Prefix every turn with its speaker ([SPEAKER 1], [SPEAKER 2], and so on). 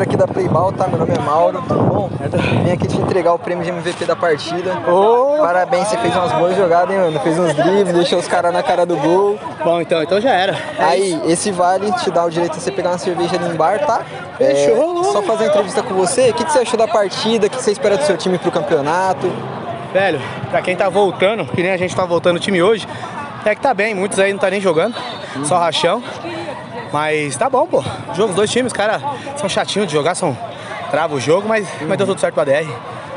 [SPEAKER 1] aqui da Playball, tá? Meu nome é Mauro, tudo bom? Vim aqui te entregar o prêmio de MVP da partida. Parabéns, você fez umas boas jogadas, hein, mano? Fez uns dribles, deixou os caras na cara do gol.
[SPEAKER 2] Bom, então, então já era.
[SPEAKER 1] Aí, esse vale te dá o direito de você pegar uma cerveja ali em bar, tá? É,
[SPEAKER 2] Fechou.
[SPEAKER 1] só fazer a entrevista com você. O que, que você achou da partida? O que você espera do seu time pro campeonato?
[SPEAKER 2] Velho, pra quem tá voltando, que nem a gente tá voltando o time hoje, é que tá bem, muitos aí não tá nem jogando, só rachão. Mas tá bom, pô. Jogo os dois times, os caras são chatinhos de jogar, são trava o jogo, mas, mas deu tudo certo pra DR.